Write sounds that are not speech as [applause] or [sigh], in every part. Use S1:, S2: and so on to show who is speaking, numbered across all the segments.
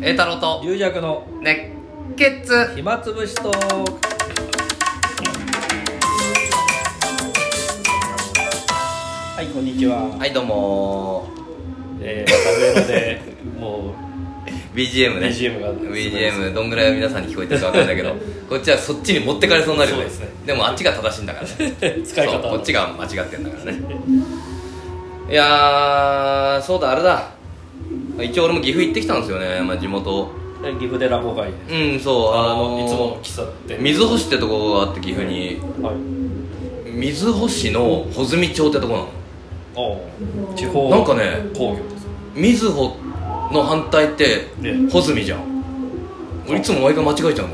S1: 栄太郎と
S2: 龍弱の
S1: 熱血
S2: 暇つぶしとはいこんにちは、
S1: はいどうも
S2: えー、また上野でもう
S1: BGM ね
S2: BGM が
S1: BGM どんぐらい皆さんに聞こえてるかわかんない
S2: [laughs]
S1: けどこっちはそっちに持ってかれそうになるよね
S2: そうですね
S1: でもあっちが正しいんだからね
S2: [laughs] 使い方
S1: そうこっちが間違ってんだからねいやーそうだあれだ一応俺も岐阜行ってきたんですよね、まあ、地元
S2: え岐阜で落語会
S1: うんそう
S2: あ
S1: あ
S2: の
S1: のー
S2: いつもの喫茶店
S1: 水星ってとこがあって岐阜に
S2: はい
S1: 水星の穂積町ってとこなの
S2: おう地方
S1: なんかね
S2: 工業です
S1: 水穂の反対って
S2: ええ
S1: 穂積じゃん俺いつも毎回間違えちゃうんだよ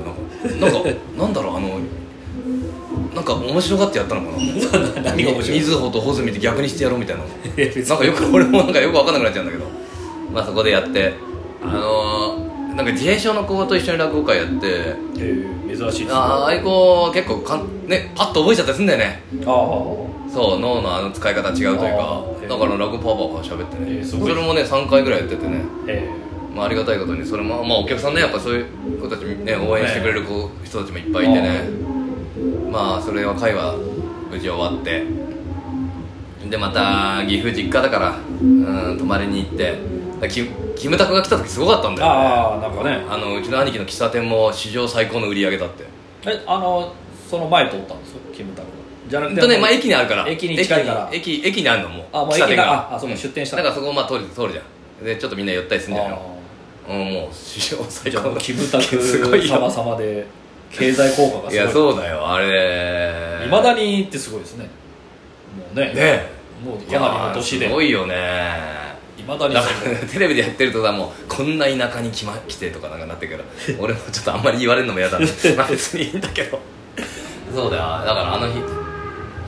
S1: なんかなんかなんだろうあのなんか面白がってやったのかな
S2: [laughs] 何が面白い
S1: 水穂と穂積って逆にしてやろうみたいな
S2: え別に
S1: なんかよく俺もなんかよく分かんなくなっちゃうんだけどまあそこでやってあのー、なんか自閉症の子と一緒に落語会やって
S2: えー、珍しいですね
S1: あーああいう子結構かんねパッと覚えちゃったりするんだよね
S2: あー
S1: そう脳のあの使い方違うという
S2: あ
S1: か
S2: ー
S1: だから落語パワーパワー喋ってね、
S2: えーすご
S1: そ
S2: い
S1: れもね3回ぐらいやっててね
S2: え
S1: まあ、ありがたいことにそれも、まあ、お客さんねやっぱそういう子たちね応援してくれる子、人たちもいっぱいいてねまあそれは会は無事終わってでまた岐阜実家だからうん泊まりに行ってだからキキムタクが来た時すごかったん
S2: ー、
S1: だよね
S2: ああなんかね
S1: あのうちの兄貴の喫茶店も史上最高の売り上げだって
S2: えあのその前通ったんですよキムタクじゃな
S1: ほ
S2: く
S1: ん
S2: て
S1: とね、まあ、駅にあるから
S2: 駅に近いから
S1: 駅に駅にあるのもう
S2: あもう
S1: 喫茶店
S2: 駅がああそうか
S1: ん
S2: 出店した
S1: だからそこをまあ通る通るじゃんでちょっとみんな寄ったりするんじゃないの
S2: あ
S1: うんもう史上
S2: ー
S1: 最
S2: じゃ
S1: 高 [laughs]
S2: あ
S1: の
S2: キムタ
S1: すご
S2: ク
S1: いよ
S2: 様様で経済効果が
S1: いや
S2: すごい
S1: そうだよあれ
S2: いまだにってすごいですねもうね
S1: ね
S2: もうかなりの年で
S1: いやーすごいよね
S2: いまだに
S1: だ
S2: す
S1: から、 [laughs] テレビでやってるとさもうこんな田舎に来,、ま、来てとかなんかなってるけ [laughs] ど俺もちょっとあんまり言われるのも嫌 [laughs] だなまあ別にいいんだけどそうだよだからあの日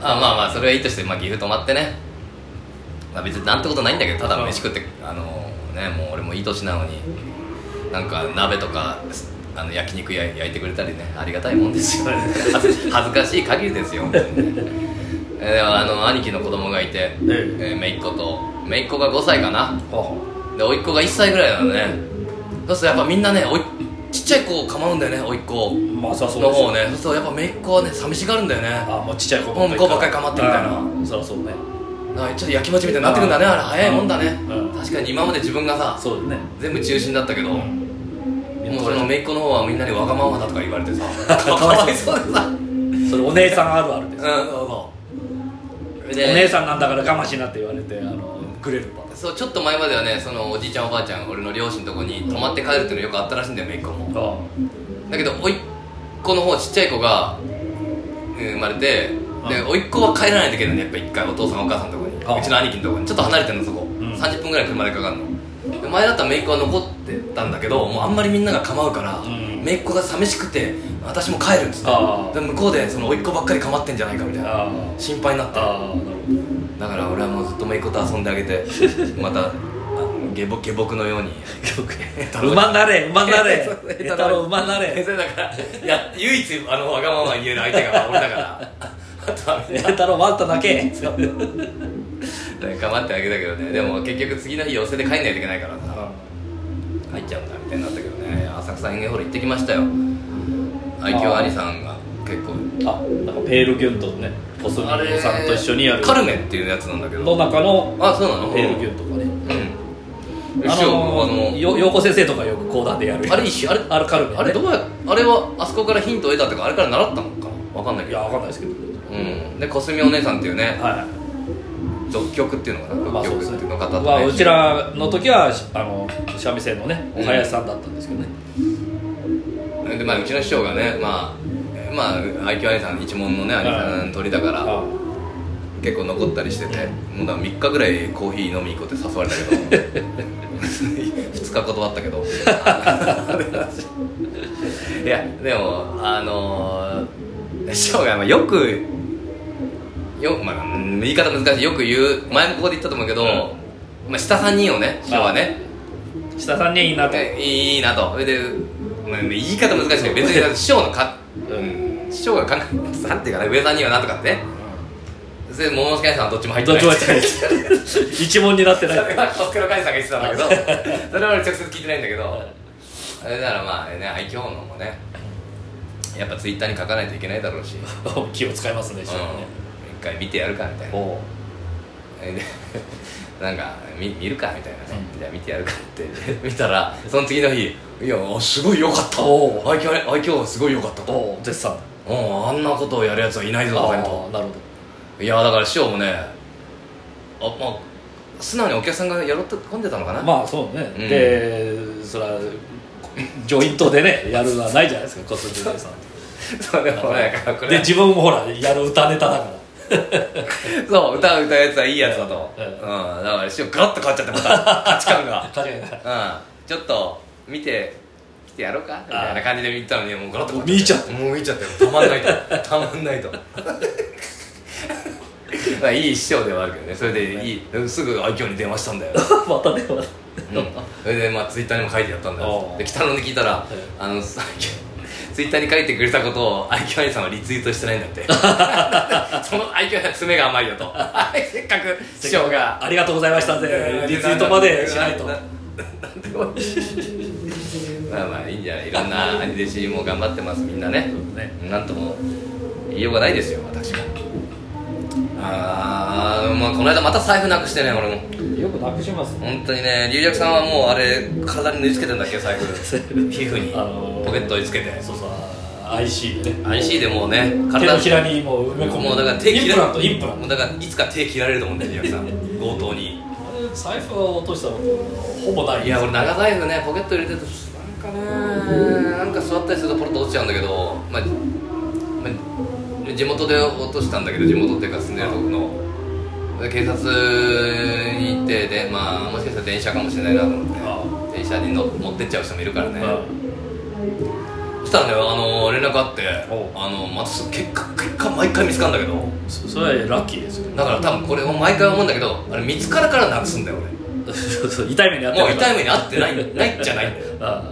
S1: あまあまあそれはいいとして、まあ、岐阜泊まってね、まあ、別になんてことないんだけどただ飯食って、あのねもう俺もいい年なのになんか鍋とかあの焼肉や焼いてくれたりねありがたいもんですよ恥ず恥ずかしい限りですよ本当に [laughs] ねえでもあの兄貴の子供がいて、えー、姪っ子と姪っ子が5歳かな
S2: ごいは
S1: で甥っ子が1歳ぐらいなのねそうするとやっぱみんなねおいちっちゃい子を構うんだよね甥っ子
S2: あまあそりゃそう
S1: の
S2: です
S1: 方を
S2: よ
S1: ねそうするとやっぱ姪っ子はね寂しがるんだよねだか
S2: あもうちっちゃい子
S1: うん子ばっかり構ってるみたいな
S2: うんそりゃそうね
S1: らちょっとやきもちみたいになってくんだね
S2: あー
S1: あれ早いもんだね
S2: うん
S1: 確かに今まで自分がさ
S2: そうですね
S1: 全部中心だったけどもうその姪っ子の方はみんなにわがままだとか言われてさ [laughs] かわいそうでさ
S2: それお姉さんあるあるです、
S1: うんそうそう
S2: お姉
S1: で
S2: さんなんだから我慢しなって言われてあのくれるパターン
S1: そうちょっと前まではねそのおじいちゃんおばあちゃん俺の両親のとこに泊まって帰るっていうのよくあったらしいんだよ姪っ子も
S2: あ
S1: だけど甥っ子の方ちっちゃい子がうん生まれてで
S2: うん
S1: 甥っ子は帰らないといけないのねやっぱ一回お父さんお母さんのとこに
S2: あ
S1: うちの兄貴のとこにちょっと離れてるのそこ、
S2: ん
S1: 30分ぐらい車でかかるので前だったら姪っ子は残ってたんだけどもうあんまりみんなが構うから
S2: ん
S1: 姪っ子が寂しくて私も帰るっつって
S2: あ
S1: で向こうでその甥っ子ばっかり構ってんじゃないかみたいな
S2: あー
S1: 心配になって
S2: あーなるほど
S1: だから俺はもうずっと姪っ子と遊んであげ
S2: [laughs]
S1: てまたあの下僕下僕のように [laughs]
S2: 馬なれ馬なれ
S1: そう
S2: 下太郎馬な
S1: [laughs]
S2: れ
S1: それだからいや唯一あのわがまま言える相手が俺だから [laughs] あとはみん
S2: 下太郎ワンタだけ
S1: な頑張ってあげたけどねでも結局次の日寄せで帰んないといけないからさ帰っちゃうんだみたいになったけどね浅草園芸ホール行ってきましたよ愛嬌兄さんが結構
S2: あなんかペールギュンとねポスミ
S1: あれ
S2: さんと一緒にやる
S1: カルメンっていうやつなんだけ
S2: の
S1: ど
S2: 中の
S1: あそうなの
S2: ペールギュンとかね
S1: うん
S2: あ
S1: 一緒あ
S2: の
S1: の
S2: よ陽子先生とかよく講談でやる
S1: あれ一緒あれ
S2: あれカルメンね
S1: あれどうやあれはあそこからヒントを得たってかあれから習ったのかなわかんない
S2: い
S1: け
S2: や
S1: ど
S2: わかんないですけど
S1: うんでコスミお姉さんっていうね
S2: は
S1: 独曲っていうのか
S2: い
S1: な
S2: まあ
S1: 独
S2: そう
S1: 曲
S2: です
S1: ってい
S2: ね
S1: うの方とね
S2: まあうちらの時はしあの三味線のねお林さんだったんですけどね
S1: で、まあ、うちの師匠がねまあえーまあ愛嬌兄さん一門のね兄さん鳥だか
S2: あ
S1: ら
S2: ー
S1: 結構残ったりしててもうだ3日ぐらいコーヒー飲み行こうって誘われたけど2日断ったけど [laughs] いやでもあのー師匠がまあよくよ、まあ、うん言い方難しいよく言う前もここで言ったと思うけど、
S2: うん
S1: まあ、下3人をね師匠はね、
S2: 下さんにいいなと
S1: でいいなとそれで、まあ、言い方難しいけど別に師匠のか、うん、師匠が考えたなんていうかね上さんにはなんとかってねそれで桃之助兄さんはどっちも入ってない
S2: どっちも入って [laughs] 一問になっ
S1: [laughs]
S2: て
S1: そ
S2: ない
S1: れは小助の兄さんが言ってたんだけどそれは俺直接聞いてないんだけどあれならまあね愛嬌のもねやっぱツイッターに書かないといけないだろうし、うん、
S2: 気を使いますね一
S1: 一
S2: 緒にね、
S1: 回見てやるかみたいな
S2: おう
S1: えで [laughs] なんか見見るかみたいなね、
S2: うん
S1: じゃあ見てやるかって [laughs] 見たらその次の日「いやあすごいよかった
S2: おう
S1: 愛嬌愛嬌すごいよかった」と
S2: おう絶賛
S1: 「うんあんなことをやるやつはいないぞ」
S2: あ
S1: 他
S2: あ
S1: にと
S2: なるほど
S1: いやだから師匠もねあまあ素直にお客さんが喜んでたのかな、
S2: まあそうね、
S1: うん
S2: でそれはジョイントでねやるのはないじゃないですか小杉さん
S1: [laughs] そうでもなんかこれ
S2: で自分もほらやる歌ネタだから
S1: そう歌う歌うやつはいいやつだと、
S2: うん
S1: うんだから師匠ガラッと変わっちゃってまた価値観が
S2: 確か
S1: う
S2: に
S1: んちょっと見て来てやろうかみたいな感じで見たのにもうガラッと変わ
S2: も
S1: もう見ちゃってたまんないとたまんない [laughs] とまあいい師匠ではあるけどねそれでいいすぐ愛嬌に電話したんだよ、
S2: [laughs] またねま
S1: うん、それでまあツイッターにも書いてやったんだよ
S2: おう
S1: で北野に聞いたらあの [laughs] さツイッターに書いてくれたことを愛嬌兄さんはリツイートしてないん [laughs] だってその愛嬌兄さん爪が甘いよと [laughs] せっかく師匠が
S2: たありがとうございましたぜリツイートまでしないと
S1: ななんでもまあまあいいんじゃないいろんな兄弟子も頑張ってますみんなね
S2: ね
S1: なんとも言いようがないですよ私もああまあこの間また財布なくしてね俺も
S2: よくなくします
S1: 本当にね龍尺さんはもうあれ体に縫い付けてんだっけ財布皮膚に
S2: あのー
S1: ポケットにつけて
S2: そうそう IC でね
S1: IC でもうね
S2: 手のひ
S1: に
S2: らにもう埋め込む
S1: もうだから手
S2: イン
S1: 切
S2: プラ
S1: ら
S2: ントインプラン
S1: も
S2: ト
S1: うだからいつか手切られると思うんだよ龍尺さん強盗に
S2: あれ財布を落としたことほぼない
S1: いや俺長財布ねポケット入れてるとなんかねなんか座ったりするとポロッと落ちちゃうんだけど、まあまあ、地元で落としたんだけど地元っていうか住んでるとこので警察に行ってでまあもしかしたら電車かもしれないなと
S2: あ
S1: 思って電車にの持ってっちゃう人もいるからね、
S2: うん
S1: そしたらねあの連絡あって
S2: おう
S1: あのまたす結果結果毎回見つかるんだけど
S2: そそれはラッキーですよ
S1: だから多分これを毎回思うんだけどあれ見つからからなくすんだよ
S2: そうそう痛い目にあっ
S1: 俺もう
S2: てる
S1: 痛
S2: から
S1: い目に遭ってないないじゃないんだよ
S2: あ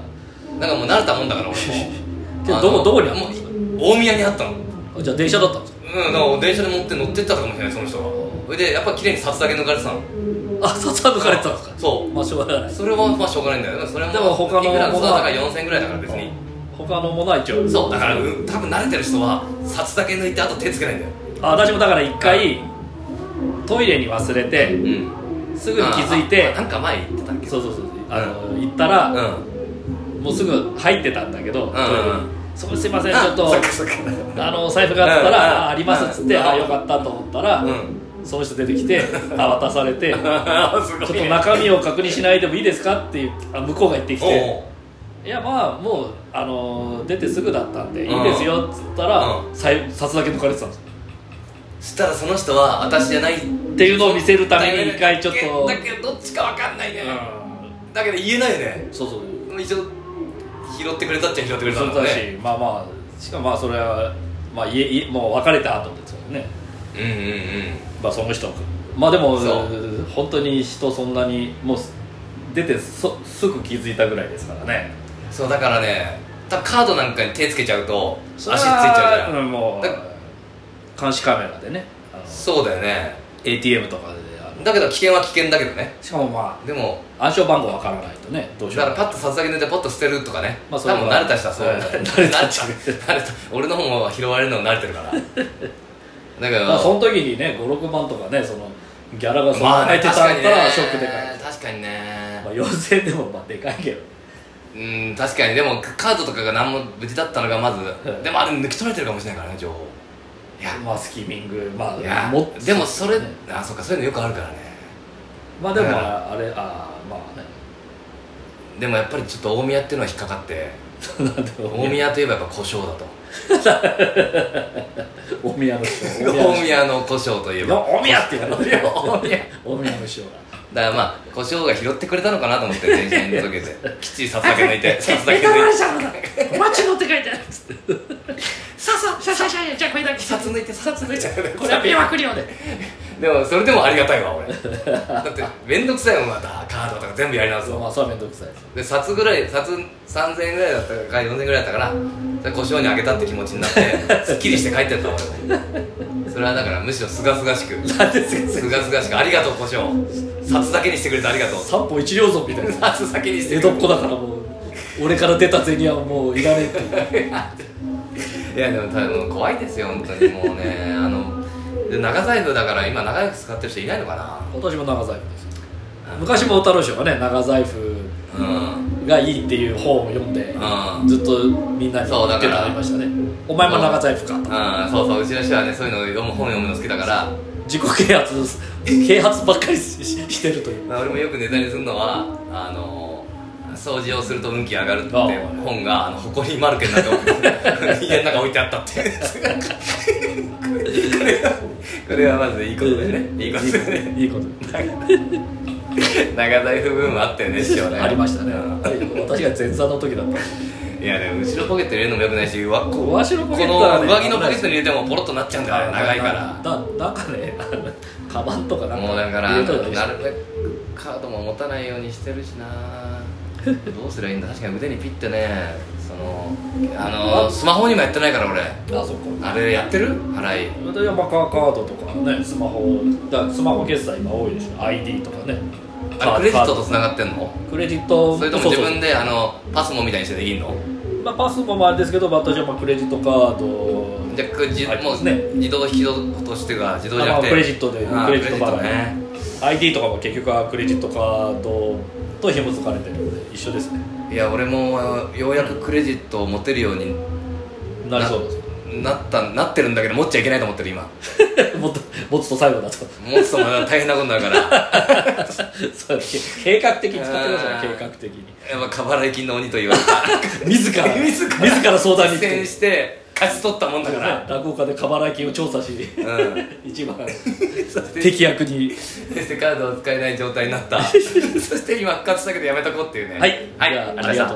S1: なんかもう慣れたもんだから俺
S2: [laughs] け
S1: も
S2: どどこどこにあった
S1: も
S2: んですか
S1: う大宮にあったのうん
S2: あじゃあ電車だったんですか
S1: だから電車で持って乗ってったのかもしれないその人がそれでやっぱ綺麗に札だけ抜かれてたの
S2: あ札は抜かれてたんですか
S1: そう
S2: まあしょうがない
S1: それはまあしょうがないんだよでもそれも
S2: でも他の
S1: いくら
S2: も
S1: 札
S2: の
S1: だ
S2: は
S1: から4000円ぐらいだから別に
S2: 他のものは一応
S1: そうだからうん多分慣れてる人は札だけ抜いてあと手つけないんだよ
S2: あ私もだから一回トイレに忘れて
S1: うん
S2: すぐに気づいて
S1: ああなんか前言ってたっけ
S2: そうそうそうあの、行ったら、
S1: うん
S2: もうすぐ入ってたんだけど、
S1: ん
S2: トイレに
S1: うん
S2: そこすいませんちょ
S1: あ
S2: っと
S1: そっかそっか
S2: あの財布があっ
S1: うん、う
S2: たら
S1: ん
S2: あありますっつって、
S1: うん
S2: ああよかったと思ったら、
S1: うん
S2: その人出
S1: [laughs]
S2: てきてあ渡されてちょ
S1: あす
S2: っと中身を確認しないでもいいですかっていうあ向こうが言ってき
S1: お
S2: て
S1: う
S2: いやまあもうあの出てすぐだったんでいいですよっつったら、
S1: う
S2: 財布札だけ抜かれてたんです
S1: そしたらその人は私じゃないって
S2: いうのを見せるために一回ちょっと
S1: だけどどっちかわかんないね、だけど言えないね
S2: そうそう
S1: 一応拾ってくれたっちゃ拾ってくれた
S2: そ
S1: ん
S2: う
S1: だ
S2: だ
S1: ね
S2: しまあまあしかもまあそれはまあ家家もう別れた後ですよね
S1: うんう
S2: まあその人まあでも
S1: そう
S2: 本当に人そんなにもう出てそすぐ気づいたぐらいですからね
S1: んうんそうだからね多分カードなんかに手つけちゃうと足ついちゃうじゃん、
S2: うんも
S1: だ
S2: う監視カメラでねあの
S1: そうだよね
S2: ATM とかであの
S1: だけど危険は危険だけどね
S2: しかもま
S1: でも
S2: あ暗証番号わからないとねどうしよ
S1: だ
S2: う
S1: か
S2: も
S1: らパッと札だけ抜いてポッと捨てるとかね、
S2: まあそれ
S1: 多
S2: は
S1: 分慣れた人はそう、
S2: はい
S1: 慣れた慣れた俺の方も拾われるのも慣れてるからだけど
S2: まあその時にね56万とかねそのギャラがそん
S1: ま
S2: な
S1: あ
S2: 入
S1: ね
S2: ってた
S1: 確かに
S2: か
S1: ね
S2: らショックでかい、
S1: 確かにね
S2: まあ、4000でもまあでかいけど
S1: うん確かにでもカードとかが何も無事だったのがまずでもあれ抜き取られてるかもしれないからね情報いや
S2: まあスキミングまあ
S1: いや
S2: も
S1: でもそれ、
S2: ね
S1: あそっかそういうのよくあるからね
S2: まあでも
S1: うん
S2: ああれあーまあね
S1: でもやっぱりちょっと大宮っていうのは引っかかって大
S2: 大
S1: 宮といえばやっぱ胡椒だと
S2: [laughs] 大宮の人
S1: 大宮の胡椒といえ
S2: いや
S1: ば
S2: 大宮って言われるよ
S1: 大宮
S2: 大宮の人が
S1: だからまあ胡椒が拾ってくれたのかなと思って電車に抜けてきっちり札だけ抜いて札だけ抜いて
S2: お待ちのって書いてあるっつってさあさあシャシャシャじゃあこれだけ
S1: 札抜いて札抜いちゃう
S2: これは迷惑料で
S1: でもそれでもありがたいわ俺だって面倒くさいもんまたカードとか全部やり直すの
S2: まあそれは面倒くさいです
S1: で札ぐらい札3000円ぐらいだったか4000円ぐらいだったからそれ胡椒にあげたって気持ちになってすっきりして帰ってった俺もそれはだからむしろすがすがしく
S2: なんです
S1: すがすがしくありがとう胡椒札だけにしてくれてありがとう
S2: 三歩一両損みたいな
S1: 札先にして
S2: 江
S1: くれ
S2: 戸っ子だからもう俺から出た銭はもういらねえっていう
S1: いやでも多分怖いですよ本当にもうねあので長財布だから今長財布使ってる人いないのかな
S2: 私も長財布です昔も太郎師匠がね長財布
S1: うん
S2: がいいっていう本を読んで
S1: うん
S2: ずっとみんなに
S1: そう
S2: 言
S1: だ
S2: っ
S1: か
S2: て
S1: ら
S2: たのありましたねお前も長財布かと
S1: あーそうそううちの人はねそういうのを読む本読むの好きだから
S2: 自己啓発 [laughs] です啓発ばっかりしししてるという
S1: まあ俺もよくネタにするのはあの掃除をすると運気上がるって
S2: ああ
S1: 本があの埃まるけになって
S2: [laughs]
S1: 家の中置いてあったっていうこれはこれはまずいいことだよね
S2: [laughs]
S1: いいことだよね
S2: いいこと
S1: 長財布分はあったよね師匠ね
S2: ありましたね
S1: うん
S2: 私が前座の時だった
S1: いやでも後ろポケットに入れるのもよくないしわこ
S2: わしのポ
S1: こ
S2: ケットは
S1: の
S2: ね
S1: 上着のポケットに入れてもポロッとなっちゃうんだよ長いから
S2: だなんかねあのカバンとかなんか
S1: もうだから
S2: 入れといた方がいい
S1: なるべくカードも持たないようにしてるし
S2: [laughs]
S1: などうすりゃいいんだ確かに腕にピッてねそのあのスマホにもやってないから俺
S2: あそこ
S1: あれやってる払い
S2: 私はまあカカードとかねスマホだスマホ決済今多いでしょ ID とかね
S1: あれクレジットとつ
S2: カ
S1: ながってんの
S2: ードクレジット
S1: それとも自分
S2: で
S1: であのパスモみたいにしてできんの
S2: まあ、パスもあれですけど私はまあクレジットカード
S1: じゃあくじ
S2: あり
S1: も
S2: ま
S1: う
S2: すね
S1: 自動引き落としてが自動じゃ
S2: あ
S1: な
S2: まあ
S1: くて
S2: クレジットで
S1: あー
S2: クレジット
S1: ク
S2: カ
S1: レジット
S2: ード
S1: ね
S2: ID とかも結局はクレジットカードと紐付かれてるので一緒ですね
S1: いや俺もあのようやくクレジットを持てるように
S2: なりそうです
S1: なったなってるんだけど持っちゃいけないと思ってる今
S2: [laughs] もっともっと最後だと
S1: 持つとまだ大変なことになるから
S2: そう計画的に使ってください
S1: あー
S2: 計画的に
S1: やっぱ過払い金の鬼と言われた
S2: 自ら
S1: [laughs] 自ら
S2: 相談に行
S1: 実
S2: く
S1: 践して勝ち取ったもんだから
S2: 落語家で過払い金を調査し、 [laughs]
S1: う
S2: 一番
S1: して
S2: 適役に
S1: そしてカードを使えない状態になったそして今復活したけどやめとこうっていうね
S2: はい
S1: はい、
S2: じゃ
S1: ありが
S2: あ
S1: とうございました